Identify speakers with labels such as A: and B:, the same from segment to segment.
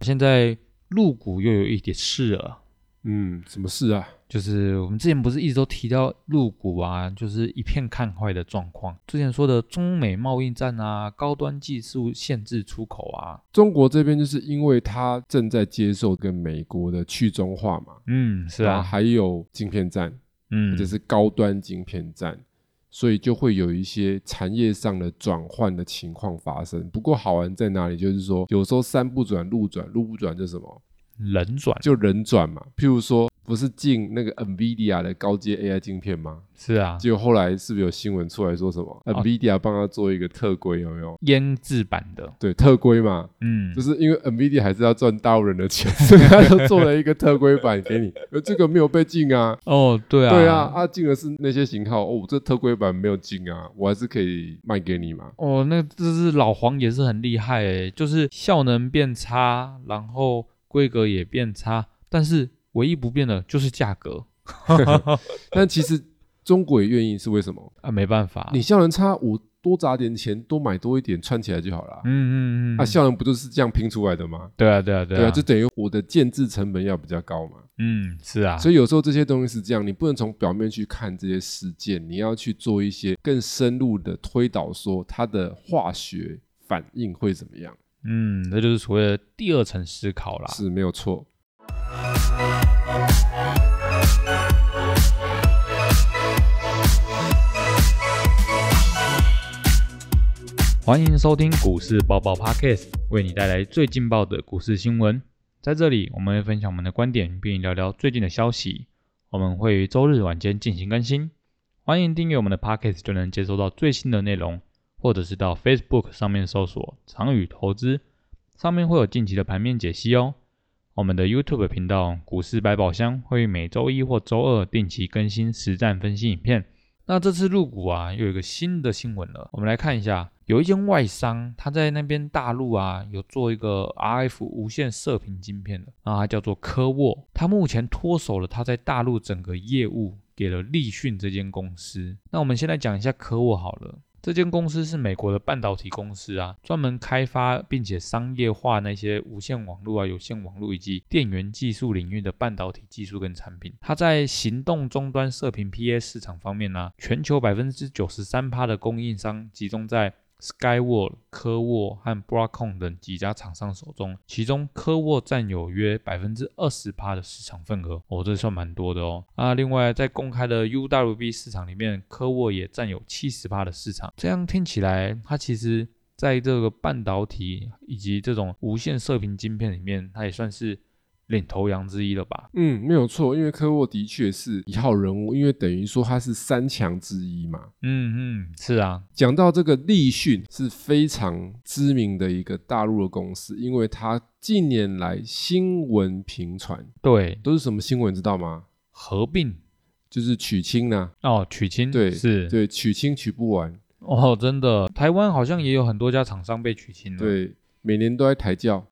A: 现在入股又有一点事了，
B: 嗯，什么事啊？
A: 就是我们之前不是一直都提到入股啊，就是一片看坏的状况。之前说的中美贸易战啊，高端技术限制出口啊，
B: 中国这边就是因为它正在接受跟美国的去中化嘛，
A: 嗯，是
B: 然后
A: 啊，
B: 还有晶片战，
A: 嗯
B: 而且是高端晶片战，所以就会有一些产业上的转换的情况发生。不过好玩在哪里，就是说有时候山不转路转，路不转就什么，
A: 人转，
B: 就人转嘛。譬如说，不是进那个 NVIDIA 的高阶 AI 晶片吗？
A: 是啊，哦
B: 结果后来是不是有新闻出来说什么、NVIDIA 帮他做一个特规，有没有？
A: 腌制版的，
B: 对，特规嘛，
A: 嗯
B: 就，是因为 NVIDIA 还是要赚大陆人的钱， 所以他就做了一个特规版给你，而这个没有被禁啊。
A: 哦，对啊，
B: 对啊，，啊进的是那些型号哦，这特规版没有进啊，我还是可以卖给你嘛。
A: 哦，那这是老黄也是很厉害诶，就是效能变差，然后规格也变差，但是唯一不变的就是价格
B: 但其实中国也愿意是为什么？
A: 啊，没办法。
B: 你效能差，我多砸点钱，多买多一点，串起来就好了。
A: 嗯嗯嗯，
B: 啊，效能不就是这样拼出来的吗？
A: 对啊对啊对
B: 对啊，就等于我的建制成本要比较高嘛。
A: 嗯是啊，
B: 所以有时候这些东西是这样，你不能从表面去看这些事件，你要去做一些更深入的推导，说它的化学反应会怎么样，
A: 嗯，这就是所谓的第二层思考啦。
B: 是没有错。
A: 欢迎收听股市爆爆 Podcast，为你带来最劲爆的股市新闻。在这里，我们会分享我们的观点，并聊聊最近的消息。我们会于周日晚间进行更新，欢迎订阅我们的 Podcast，就能接收到最新的内容，或者是到 Facebook 上面搜索“长宇投资”，上面会有近期的盘面解析哦。我们的 YouTube 频道“股市百宝箱”会每周一或周二定期更新实战分析影片。那这次入股啊，又有一个新的新闻了，我们来看一下，有一间外商，他在那边大陆啊，有做一个 RF 无线射频晶片的，啊，它叫做科沃，它目前脱手了它在大陆整个业务，给了立讯这间公司。那我们先来讲一下科沃好了。这间公司是美国的半导体公司啊，专门开发并且商业化那些无线网络啊、有线网络以及电源技术领域的半导体技术跟产品。它在行动终端射频 PA 市场方面呢、啊全球百分之九十三趴的供应商集中在 Skyward、科沃和 Broadcom 等几家厂商手中，其中科沃占有约百分之二十趴的市场份额，哦，这算蛮多的哦。啊，另外在公开的 UWB 市场里面，科沃也占有七十趴的市场。这样听起来，它其实在这个半导体以及这种无线射频晶片里面，它也算是领头羊之一了吧？
B: 嗯，没有错，因为科沃的确是一号人物，因为等于说他是三强之一嘛。
A: 嗯嗯，是啊，
B: 讲到这个立讯是非常知名的一个大陆的公司，因为它近年来新闻频传，
A: 对，
B: 都是什么新闻你知道吗？
A: 合并
B: 就是娶亲啊，
A: 哦，娶亲
B: 对
A: 是，
B: 对，娶亲娶不完，
A: 哦，真的，台湾好像也有很多家厂商被娶亲了。，
B: 对，每年都在 抬轿，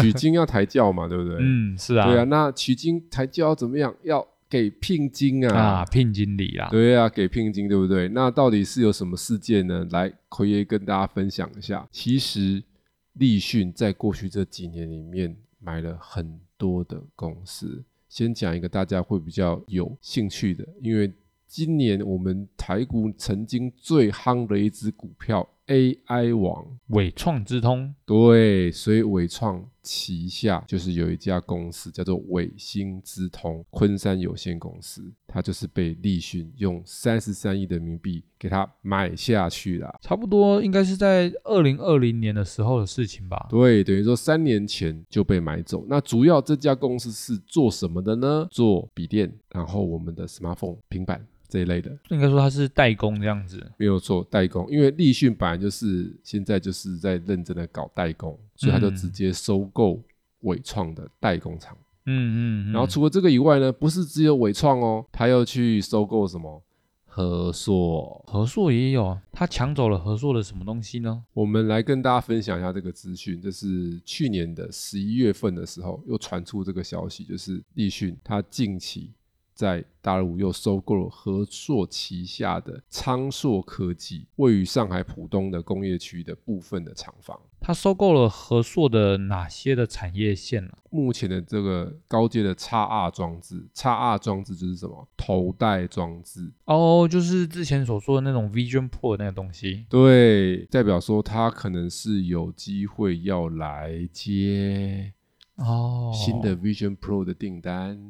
B: 取经要抬轿嘛，对不对？
A: 嗯，是啊，
B: 对啊，那取经抬轿要怎么样？要给聘金啊，
A: 啊，聘经理啊，
B: 对啊，给聘金，对不对？那到底是有什么事件呢？来，奎爷跟大家分享一下。其实立讯在过去这几年里面买了很多的公司，先讲一个大家会比较有兴趣的，因为今年我们台股曾经最夯的一只股票 AI 王。
A: 伟创之通，
B: 对，所以伟创旗下就是有一家公司叫做伟星资通昆山有限公司，它就是被立讯用三十三亿人民币给它买下去啦。
A: 差不多应该是在二零二零年的时候的事情吧。
B: 对，等于说三年前就被买走。那主要这家公司是做什么的呢？做笔电，然后我们的 smartphone 平板这一类的。
A: 应该说它是代工这样子。
B: 没有做代工，因为立讯本来就是现在就是在认真的搞代工，所以他就
A: 嗯
B: 直接收购伟创的代工厂。
A: 嗯嗯，嗯
B: 然后除了这个以外呢，不是只有伟创哦，他又去收购什么和硕。
A: 和硕也有，他抢走了和硕的什么东西呢？
B: 我们来跟大家分享一下这个资讯，这是去年的十一月份的时候又传出这个消息，就是立讯它近期在大陆又收购了合硕旗下的昌硕科技，位于上海浦东的工业区的部分的厂房。
A: 它收购了和硕的哪些的产业线啊呢、
B: 目前的这个高阶的 x R 装置，x R 装置就是什么头戴装置，
A: 哦，就是之前所说的那种 Vision Pro 的那个东西。
B: 对，代表说它可能是有机会要来接
A: 哦，
B: 新的 Vision Pro 的订单。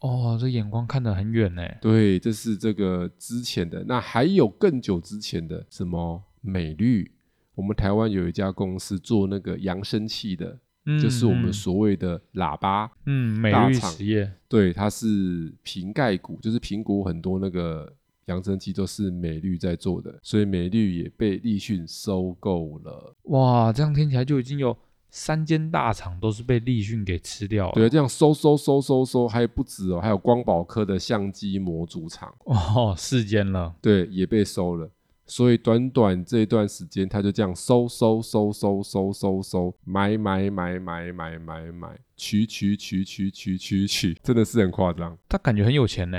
A: 哦，这眼光看得很远呢。
B: 对，这是这个之前的，那还有更久之前的什么美绿，我们台湾有一家公司做那个扬声器的，
A: 嗯，
B: 就是我们
A: 嗯
B: 所谓的喇叭。
A: 嗯美
B: 大
A: 玉
B: 厂
A: 实业，
B: 对，它是瓶盖股，就是苹果很多那个扬声器都是美绿在做的，所以美绿也被立讯收购了。
A: 哇，这样听起来就已经有三间大厂都是被立讯给吃掉了。
B: 对，，这样收收收收收，还有不止哦，还有光宝科的相机模组厂，
A: 哦，四间了。
B: 对，也被收了。所以短短这段时间，他就这样收收收收收收收，买买买买买买买，取取取取取取取，真的是很夸张。
A: 他感觉很有钱呢，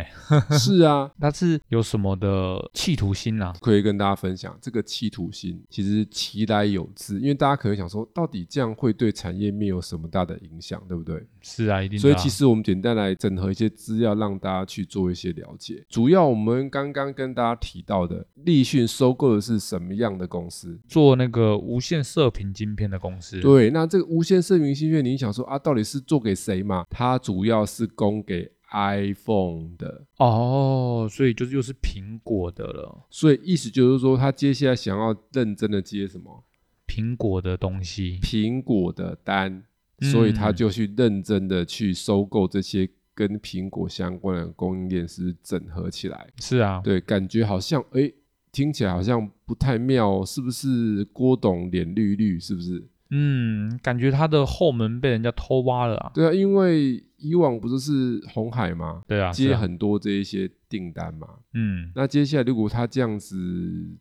B: 是啊，
A: 他是有什么的企图心啊？
B: 可以跟大家分享这个企图心，其实其来有之。因为大家可能想说，到底这样会对产业面有什么大的影响，对不对？
A: 是啊，一定的啊。
B: 所以其实我们简单来整合一些资料，让大家去做一些了解。主要我们刚刚跟大家提到的，立讯收购的是什么样的公司？
A: 做那个无线射频晶片的公司，，
B: 对，那这个无线射频芯片，你想说啊，到底是做给谁嘛？它主要是供给 iPhone 的，
A: 哦，所以就是又是苹果的了，
B: 所以意思就是说，它接下来想要认真的接什么
A: 苹果的东西，
B: 苹果的单，所以它
A: 嗯
B: 就去认真的去收购这些跟苹果相关的供应链，是不是整合起来？
A: 是啊，
B: 对，感觉好像哎、诶听起来好像不太妙、哦，是不是？郭董脸绿绿，是不是？
A: 嗯，感觉他的后门被人家偷挖了啊，
B: 对啊，因为以往不就是红海嘛，
A: 对啊，是
B: 接
A: 啊
B: 很多这一些订单嘛。
A: 嗯，
B: 那接下来如果他这样子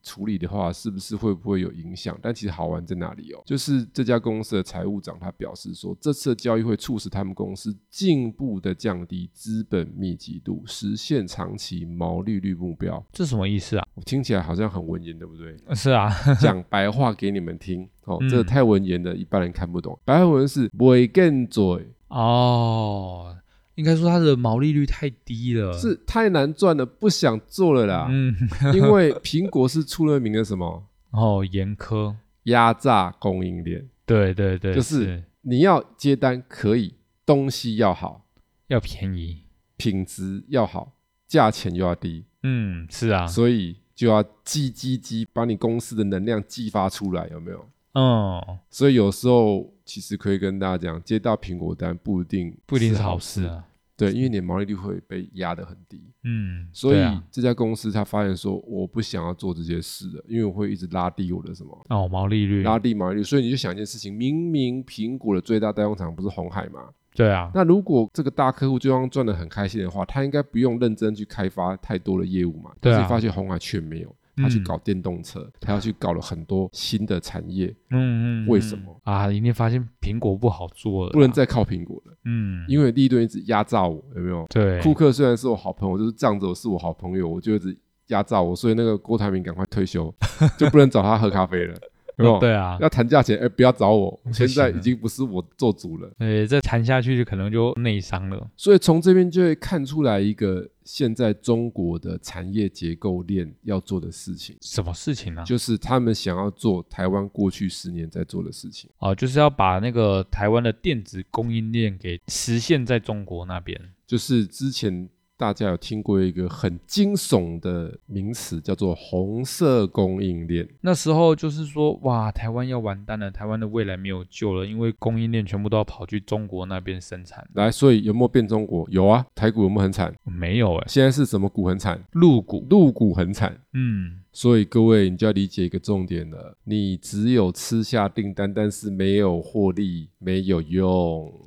B: 处理的话，是不是会不会有影响？但其实好玩在哪里哦，就是这家公司的财务长他表示说，这次的交易会促使他们公司进一步的降低资本密集度，实现长期毛利率目标。
A: 这什么意思啊？
B: 我听起来好像很文言，对不对？
A: 是啊，
B: 讲白话给你们听哦
A: 嗯，
B: 这太文言了，一般人看不懂。白话文是不会更嘴，
A: 哦，应该说它的毛利率太低了，
B: 是太难赚了，不想做了啦。
A: 嗯，
B: 因为苹果是出了名的什么
A: 哦，严苛，
B: 压榨供应链，
A: 对对对，
B: 就是你要接单可以，东西要好，
A: 要便宜，
B: 品质要好，价钱又要低，
A: 嗯，是啊，
B: 所以就要激激激，把你公司的能量激发出来，有没有？
A: 嗯，
B: 所以有时候其实可以跟大家讲，接到苹果单不一定
A: 不一定是
B: 好
A: 好事啊，
B: 对，因为你的毛利率会被压得很低，
A: 嗯，
B: 所以
A: 对啊
B: 这家公司他发现说，我不想要做这些事了，因为我会一直拉低我的什么，
A: 哦，毛利率，
B: 拉低毛利率。所以你就想一件事情，明明苹果的最大代工厂不是红海吗？
A: 对啊，
B: 那如果这个大客户就算赚得很开心的话，他应该不用认真去开发太多的业务嘛。
A: 对啊
B: 但是发现红海却没有。他去
A: 嗯
B: 搞电动车，他要去搞了很多新的产业，
A: 嗯嗯，
B: 为
A: 嗯
B: 什么
A: 啊？一定发现苹果不好做了，
B: 不能，再靠苹果了，
A: 嗯，
B: 因为利润一直压榨我，有没有？
A: 对，
B: 库克虽然是我好朋友，就是仗着我是我好朋友，我就一直压榨我，所以那个郭台铭赶快 退休，就不能找他喝咖啡了，有没有？
A: 对啊，
B: 要谈价钱，哎、不要找我，
A: 不行
B: 现
A: 啊
B: 在已经不是我做主了。
A: 呃，再谈下去可能就内伤了，
B: 所以从这边就会看出来一个现在中国的产业结构链要做的事情，
A: 什么事情呢？啊
B: 就是他们想要做台湾过去十年在做的事情。
A: 哦，就是要把那个台湾的电子供应链给实现在中国那边。
B: 就是之前大家有听过一个很惊悚的名词，叫做红色供应链。
A: 那时候就是说，哇，台湾要完蛋了，台湾的未来没有救了，因为供应链全部都要跑去中国那边生产。
B: 来，所以有没有变中国？有啊，台股有没有很惨？
A: 没有哎、
B: 现在是什么股很惨？
A: 入股，
B: 陆股很惨。
A: 嗯，
B: 所以各位，你就要理解一个重点了：你只有吃下订单，但是没有获利，没有用。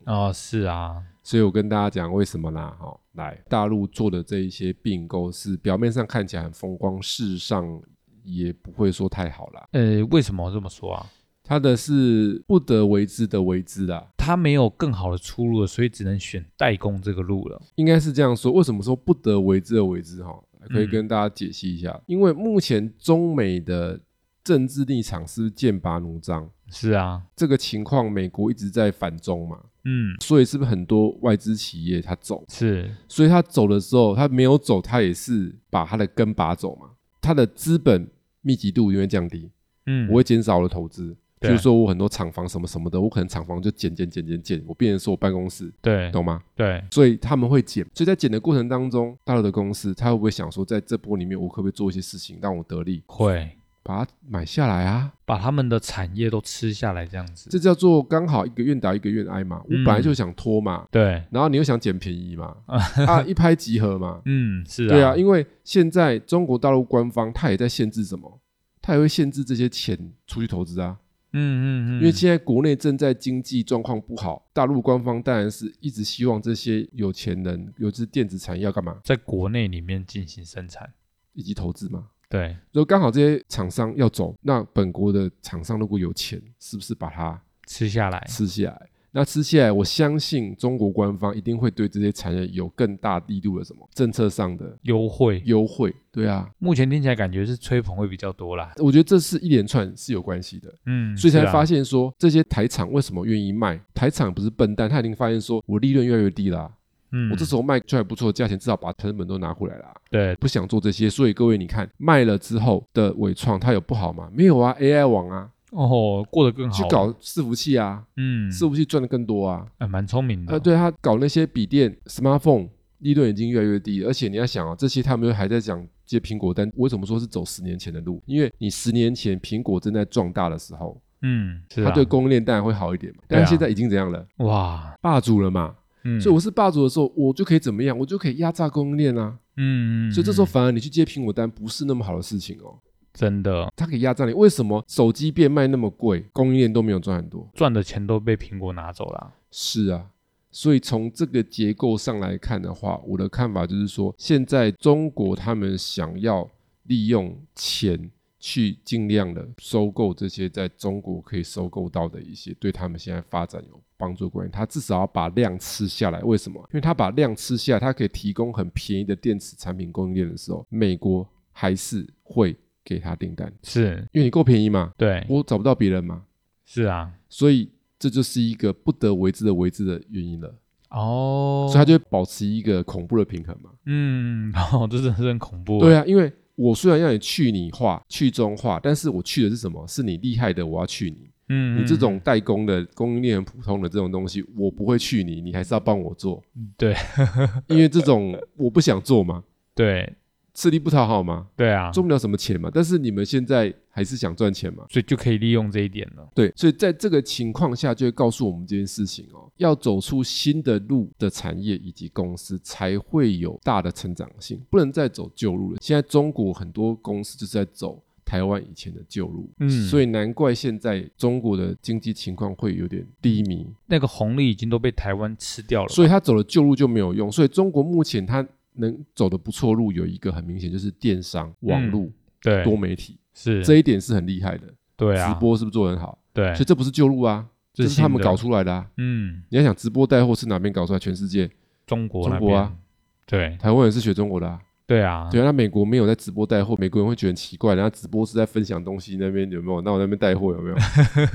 A: 哦，是啊，
B: 所以我跟大家讲为什么啦？哈、来大陆做的这一些并购是表面上看起来很风光，事实上也不会说太好啦。
A: 呃，为什么这么说啊？
B: 它的是不得为之的为之啦，
A: 他没有更好的出路了，所以只能选代工这个路了。
B: 应该是这样说。为什么说不得为之而为之？哈，可以
A: 嗯
B: 跟大家解析一下。因为目前中美的政治立场是剑拔弩张，
A: 是啊，
B: 这个情况美国一直在反中嘛，
A: 嗯，
B: 所以是不是很多外资企业它走？
A: 是
B: 所以它走的时候，它没有走，它也是把它的根拔走嘛，它的资本密集度就会降低，
A: 嗯，
B: 我会减少我的投资。比
A: 对啊
B: 如说我很多厂房什么什么的，我可能厂房就减减减减减，我变成是我办公室，
A: 对
B: 懂吗？
A: 对，
B: 所以他们会减，所以在减的过程当中，大陆的公司他会不会想说，在这波里面我可不可以做一些事情让我得利，
A: 会
B: 把它买下来啊？
A: 把他们的产业都吃下来，这样子。
B: 这叫做刚好一个愿打一个愿挨嘛。我
A: 嗯
B: 本来就想拖嘛，
A: 对，
B: 然后你又想捡便宜 嘛，啊，一拍即合嘛。
A: 嗯，是啊，
B: 对啊，因为现在中国大陆官方他也在限制什么，他也会限制这些钱出去投资啊。
A: 嗯嗯嗯，
B: 因为现在国内正在经济状况不好，大陆官方当然是一直希望这些有钱人，尤其是电子产业要干嘛，
A: 在国内里面进行生产，
B: 以及投资嘛。
A: 对，
B: 如果刚好这些厂商要走，那本国的厂商如果有钱，是不是把它
A: 吃下来，
B: 吃下来？那吃下来，我相信中国官方一定会对这些产业有更大力度的什么政策上的
A: 优惠。
B: 优惠。对啊，
A: 目前听起来感觉是吹捧会比较多啦，
B: 我觉得这是一连串是有关系的，
A: 嗯，
B: 所以才
A: 是啊
B: 发现说这些台厂为什么愿意卖。台厂不是笨蛋，他已经发现说我利润越来越低啦、
A: 嗯，
B: 我这时候卖出来不错的价钱，至少把成本都拿回来啦。
A: 对
B: 不想做这些，所以各位你看卖了之后的伟创，它有不好吗？没有啊，AI 网啊，
A: 哦，过得更好，
B: 去搞伺服器啊，
A: 嗯，
B: 伺服器赚的更多啊。
A: 呃蛮聪明的，
B: 呃，对他搞那些笔电、smartphone，利润已经越来越低了，而且你要想啊，这些他们又还在讲接苹果单，为什么说是走十年前的路？因为你十年前苹果正在壮大的时候，
A: 嗯，是
B: 它
A: 啊，
B: 对供应链当然会好一点嘛，但
A: 对
B: 是
A: 啊
B: 现在已经怎样了？
A: 哇，
B: 霸主了嘛，
A: 嗯，
B: 所以我是霸主的时候，我就可以怎么样？我就可以压榨供应链啊。
A: 嗯，嗯
B: 所以这时候
A: 嗯
B: 反而你去接苹果单不是那么好的事情哦，
A: 真的
B: 它可以压榨你。为什么手机变卖那么贵，供应链都没有赚很多？
A: 赚的钱都被苹果拿走了，
B: 是啊，所以从这个结构上来看的话，我的看法就是说，现在中国他们想要利用钱去尽量的收购这些在中国可以收购到的一些对他们现在发展有帮助的关系，他至少要把量吃下来。为什么？因为他把量吃下来，他可以提供很便宜的电池产品供应链的时候，美国还是会给他订单，
A: 是，
B: 因为你够便宜嘛，
A: 对，
B: 我找不到别人嘛，
A: 是啊，
B: 所以这就是一个不得为之的为之的原因了。
A: 哦，
B: 所以它就会保持一个恐怖的平衡嘛。
A: 嗯，哦，这真的是很恐怖，
B: 对
A: 啊，
B: 啊，因为我虽然要你去你化、去中化，但是我去的是什么？是你厉害的，我要去你。
A: 嗯，
B: 你这
A: 嗯
B: 种代工的供应链很普通的这种东西，我不会去你，你还是要帮我做，
A: 对
B: 嗯因为这种我不想做嘛，
A: 对
B: 吃力不讨好嘛，
A: 对啊，
B: 赚不了什么钱嘛。但是你们现在还是想赚钱嘛。
A: 所以就可以利用这一点了，
B: 对，所以在这个情况下，就会告诉我们这件事情哦，要走出新的路的产业以及公司才会有大的成长性，不能再走旧路了。现在中国很多公司就是在走台湾以前的旧路，
A: 嗯
B: 所以难怪现在中国的经济情况会有点低迷，
A: 那个红利已经都被台湾吃掉了吧，
B: 所以他走了旧路就没有用。所以中国目前它能走的不错路有一个很明显就是电商、网
A: 嗯
B: 络、
A: 对
B: 多媒体，
A: 是
B: 这一点是很厉害的。
A: 对啊，
B: 直播是不是做得很好？
A: 对
B: 所以，这不是旧路啊，
A: 这
B: 这
A: 是
B: 是他
A: 新
B: 们
A: 的
B: 搞出来的啊。
A: 嗯，
B: 你要想直播带货是哪边搞出来？全世界，
A: 中国
B: 中
A: 那
B: 国啊
A: 边，对
B: 台湾人是学中国的啊。
A: 对啊，
B: 对啊，那美国没有在直播带货，美国人会觉得很奇怪。然后直播是在分享东西那边有没有？那我那边带货有没有？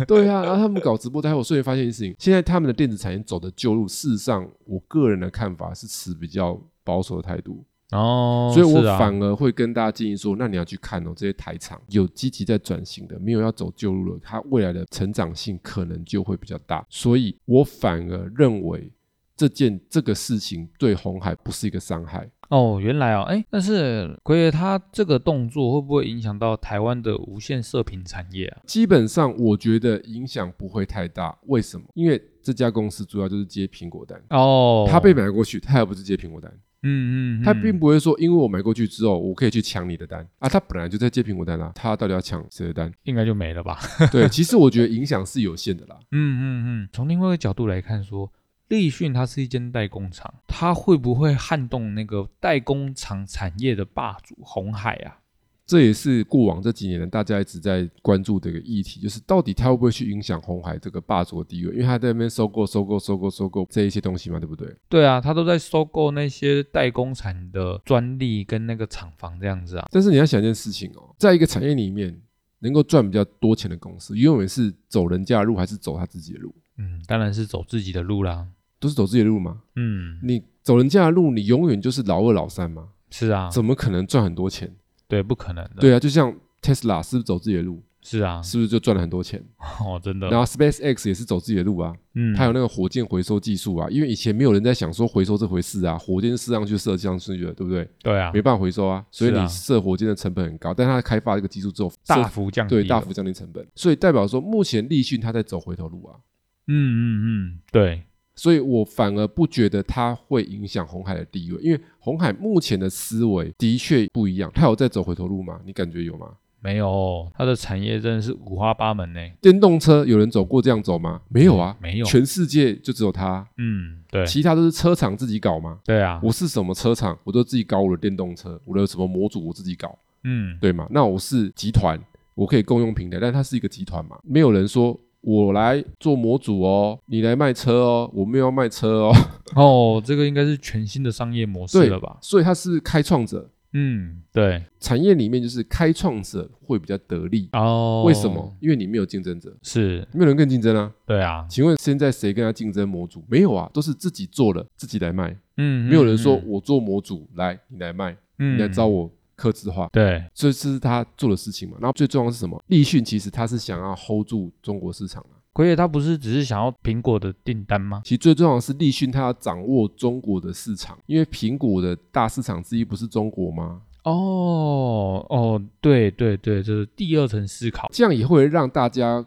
B: 对啊，然后他们搞直播带货，所以发 现一件事情，现在他们的电子产业走的旧路，事实上我个人的看法是持比较保守的态度，
A: 哦，
B: 所以我
A: 是啊
B: 反而会跟大家建议说，那你要去看哦，这些台厂有积极在转型的，没有要走旧路了，它未来的成长性可能就会比较大。所以我反而认为这件这个事情对红海不是一个伤害。
A: 哦，原来哦，哎，但是奎爷他这个动作会不会影响到台湾的无线射频产业啊？
B: 基本上我觉得影响不会太大，为什么？因为这家公司主要就是接苹果单。
A: 哦，
B: 他被买过去，他也不是接苹果单，
A: 嗯嗯，
B: 他
A: 嗯
B: 并不会说，因为我买过去之后，我可以去抢你的单啊。他本来就在接苹果单啦、啊他到底要抢谁的单？
A: 应该就没了吧？
B: 对，其实我觉得影响是有限的啦。
A: 嗯嗯嗯，从另外一个角度来看说。立讯它是一间代工厂，它会不会撼动那个代工厂产业的霸主红海啊？
B: 这也是过往这几年大家一直在关注的一个议题，就是到底它会不会去影响红海这个霸主的地位？因为它在那边收购、收购、收购、收购这一些东西嘛，对不对？
A: 对啊，他都在收购那些代工厂的专利跟那个厂房这样子啊。
B: 但是你要想一件事情哦，在一个产业里面，能够赚比较多钱的公司，永远是走人家的路还是走他自己的路？
A: 嗯，当然是走自己的路啦。
B: 都是走自己的路嘛。
A: 嗯，
B: 你走人家的路，你永远就是老二、老三嘛，
A: 是啊，
B: 怎么可能赚很多钱？
A: 对，不可能的。，
B: 对啊，就像 Tesla 是不是走自己的路，
A: 是啊，
B: 是不是就赚了很多钱？
A: 哦，真的
B: 然。后 SpaceX 也是走自己的路啊，
A: 嗯，
B: 它有那个火箭回收技术啊，因为以前没有人在想说回收这回事啊，火箭射上去射上去的，对不对？
A: 对啊
B: 没，办法回收啊，所以
A: 是啊
B: 你射火箭的成本很高，但它开发这个技术之后，
A: 大
B: 射
A: 幅降低，
B: 对大幅。降低成本，所以代表说目前立讯它在走回头路啊，
A: 嗯嗯嗯，对，
B: 所以我反而不觉得它会影响红海的地位，因为红海目前的思维的确不一样，它有在走回头路吗？你感觉有吗？
A: 没有哦，它的产业真的是五花八门呢。
B: 电动车有人走过这样走吗？没有啊，
A: 嗯没有
B: 全世界就只有它，
A: 嗯，对，
B: 其他都是车厂自己搞嘛。
A: 对啊，
B: 我是什么车厂，我都自己搞我的电动车，我的什么模组我自己搞，
A: 嗯，
B: 对吗？那我是集团，我可以共用平台，但它是一个集团嘛，没有人说我来做模组哦，你来卖车哦，我没有要卖车哦，
A: 哦，这个应该是全新的商业模式
B: 对
A: 了吧？
B: 所以他是开创者，
A: 嗯，对，
B: 产业里面就是开创者会比较得利。
A: 哦，
B: 为什么？？因为你没有竞争者，
A: 是，
B: 没有人跟你竞争啊。
A: 对啊，
B: 请问现在谁跟他竞争模组？没有啊，都是自己做了，自己来卖。
A: 嗯，
B: 没有人说
A: 嗯
B: 我做模组来，你来卖，
A: 嗯
B: 你来找我刻字化。
A: 对，
B: 所以这是他做的事情嘛。然后最重要的是什么？立讯其实他是想要 hold 住中国市场啊。
A: 鬼野他不是只是想要苹果的订单吗？
B: 其实最重要的是立讯他要掌握中国的市场，因为苹果的大市场之一不是中国吗？
A: 哦哦，对对对，这是第二层思考。
B: 这样也会让大家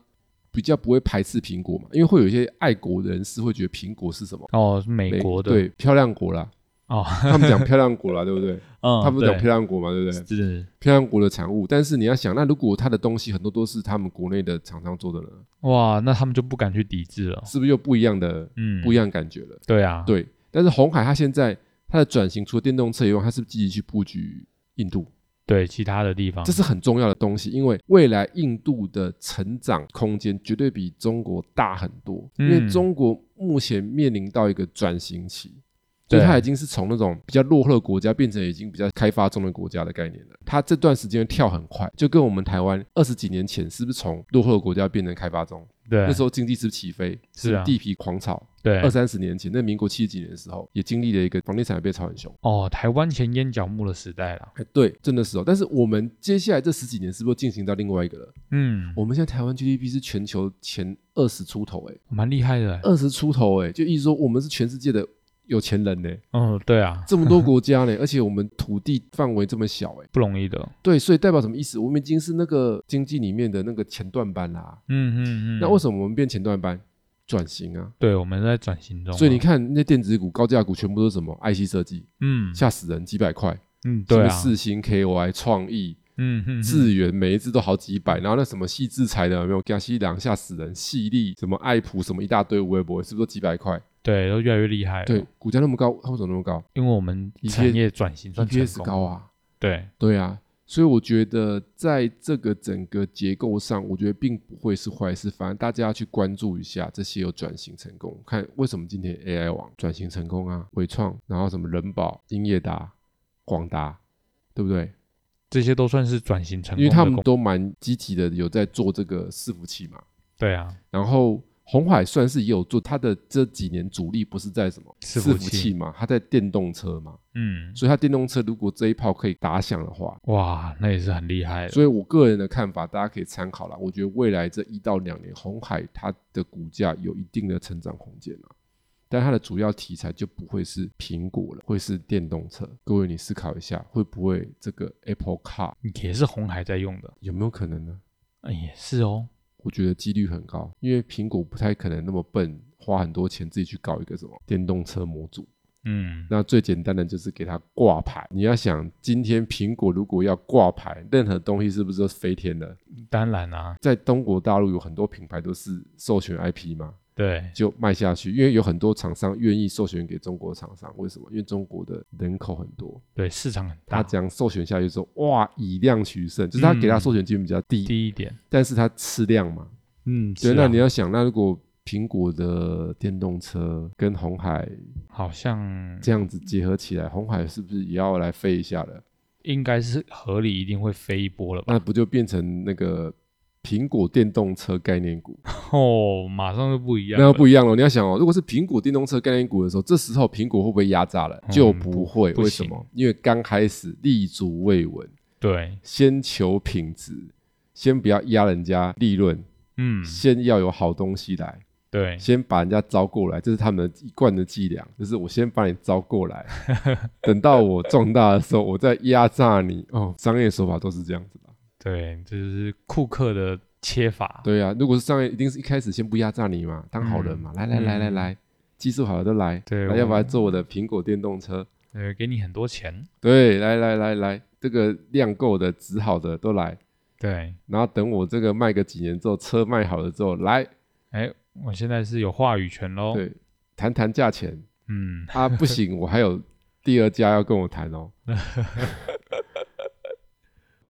B: 比较不会排斥苹果嘛，因为会有一些爱国人士会觉得苹果是什么？
A: 哦，美国的，
B: 对漂亮国啦，
A: 哦，
B: 他们讲漂亮国啦，对不对？
A: 嗯，
B: 他们讲
A: 对
B: 漂亮国嘛，对不对？
A: 是
B: 漂亮国的产物，但是你要想，那如果它的东西很多都是他们国内的厂商做的呢，
A: 哦哇，那他们就不敢去抵制了。
B: 是不是又不一样的
A: 嗯，
B: 不一样感觉了？
A: 对啊，
B: 对，但是红海它现在它的转型，除了电动车以外，它是积极去布局印度，
A: 对其他的地方
B: 这是很重要的东西，因为未来印度的成长空间绝对比中国大很多，
A: 嗯
B: 因为中国目前面临到一个转型期。所
A: 对
B: 以它已经是从那种比较落后的国家变成已经比较开发中的国家的概念了。它这段时间跳很快，就跟我们台湾二十几年前是不是从落后的国家变成开发中？
A: 对
B: 那时候经济是不是起飞？
A: 是啊
B: 地皮狂炒，
A: 对
B: 二三十年前，那民国七十几年的时候，也经历了一个房地产被炒很凶。
A: 哦，台湾前烟角木的时代了。
B: 哎，对，真的是哦。但是我们接下来这十几年是不是进行到另外一个了？
A: 嗯，
B: 我们现在台湾 GDP 是全球前二十出头，哎，
A: 蛮厉害的欸。
B: 二十出头，哎，就意思说我们是全世界的有钱人呢，
A: 嗯，对啊，
B: 这么多国家呢，而且我们土地范围这么小，哎，
A: 不容易的。
B: 对，所以代表什么意思？我们已经是那个经济里面的那个前段班啦。
A: 嗯嗯嗯。
B: 那为什么我们变前段班？转型啊！
A: 对我们在转型中嘛，啊
B: 所以你看那电子股、高价股全部都是什么 IC 设计，
A: 嗯
B: 吓死人，几百块。
A: 嗯
B: 什
A: 对
B: 么
A: 啊，
B: 四星 KY、创意、
A: 嗯嗯
B: 智源，每一只都好几百，然后那什么细制裁的有没有？江西良吓死人，细粒什么爱普什么一大堆微博，是不是都几百块？
A: 对都越来越厉害了。
B: 对，，股价那么高，它为什么那么高
A: 因为我们
B: EPS
A: 产业转型算成
B: ？EPS
A: 功。
B: 高啊，
A: 对，
B: 对啊，所以我觉得在这个整个结构上，我觉得并不会是坏事，反而大家要去关注一下这些有转型成功，看为什么今天 AI 网转型成功啊，伟创，然后什么人保、英业达、广达，对不对？
A: 这些都算是转型成功
B: 因为
A: 的
B: 他
A: 功。
B: 们都蛮积极的，有在做这个伺服器嘛。
A: 对啊，
B: 然后红海算是也有做，它的这几年主力不是在什么
A: 伺服
B: 服
A: 器
B: 器嘛，它在电动车嘛，
A: 嗯，
B: 所以它电动车如果这一炮可以打响的话，
A: 哇，那也是很厉害的。
B: 所以我个人的看法，大家可以参考啦。我觉得未来这一到两年，红海它的股价有一定的成长空间啊，但它的主要题材就不会是苹果了，会是电动车。各位，你思考一下，会不会这个 Apple Car
A: 也是红海在用的，
B: 有没有可能呢？
A: 哎也是哦。
B: 我觉得几率很高，因为苹果不太可能那么笨，花很多钱自己去搞一个什么电动车模组。
A: 嗯，
B: 那最简单的就是给它挂牌。你要想，今天苹果如果要挂牌，任何东西是不是都飞天了？
A: 当然啦、啊，
B: 在中国大陆有很多品牌都是授权 IP 嘛，
A: 对，
B: 就卖下去，因为有很多厂商愿意授权给中国厂商，为什么？因为中国的人口很多，
A: 对，市场很大，
B: 他讲授权下去之后，哇，以量取胜，就是他给他授权金额比较低，
A: 低一点，那
B: 但是他吃量嘛。
A: 嗯，
B: 对，
A: 是
B: 那
A: 啊
B: 你要想，那如果苹果的电动车跟红海
A: 好像
B: 这样子结合起来，红海是不是也要来飞一下了？
A: 应该是合理，一定会飞一波了吧？
B: 那不就变成那个苹果电动车概念股？
A: 哦，马上就不一样
B: 那
A: 了，
B: 又不一样了。你要想哦，如果是苹果电动车概念股的时候，这时候苹果会不会压榨了？
A: 嗯
B: 就不会，
A: 不
B: 为什么？因为刚开始立足未稳，
A: 对，
B: 先求品质，先不要压人家利润，
A: 嗯，
B: 先要有好东西来，
A: 对，
B: 先把人家招过来，这是他们的一贯的伎俩，就是我先把你招过来，等到我壮大的时候，我再压榨你。哦，商业手法都是这样子的。
A: 对，这就是库克的切法，
B: 对啊，如果是商业，一定是一开始先不压榨你嘛，当好人嘛，来来来来来，技术好的都来，
A: 嗯对
B: 来
A: 我
B: 要不然做我的苹果电动车，
A: 呃，给你很多钱，
B: 对，来来来来，这个量够的、值好的都来，
A: 对，
B: 然后等我这个卖个几年之后，车卖好了之后来，
A: 哎，我现在是有话语权喽，
B: 对，谈谈价钱
A: 嗯，
B: 啊，不行，我还有第二家要跟我谈哦，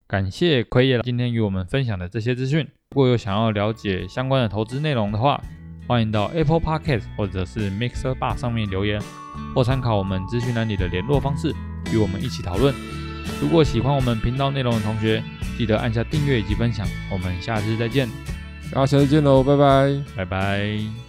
A: 感谢奎爷今天与我们分享的这些资讯。如果有想要了解相关的投资内容的话，欢迎到 Apple Podcast 或者是 Mixer Bar 上面留言，或参考我们资讯栏里的联络方式，与我们一起讨论。如果喜欢我们频道内容的同学，记得按下订阅以及分享。我们下次再见，
B: 大家下次见喽，拜拜。
A: 拜拜。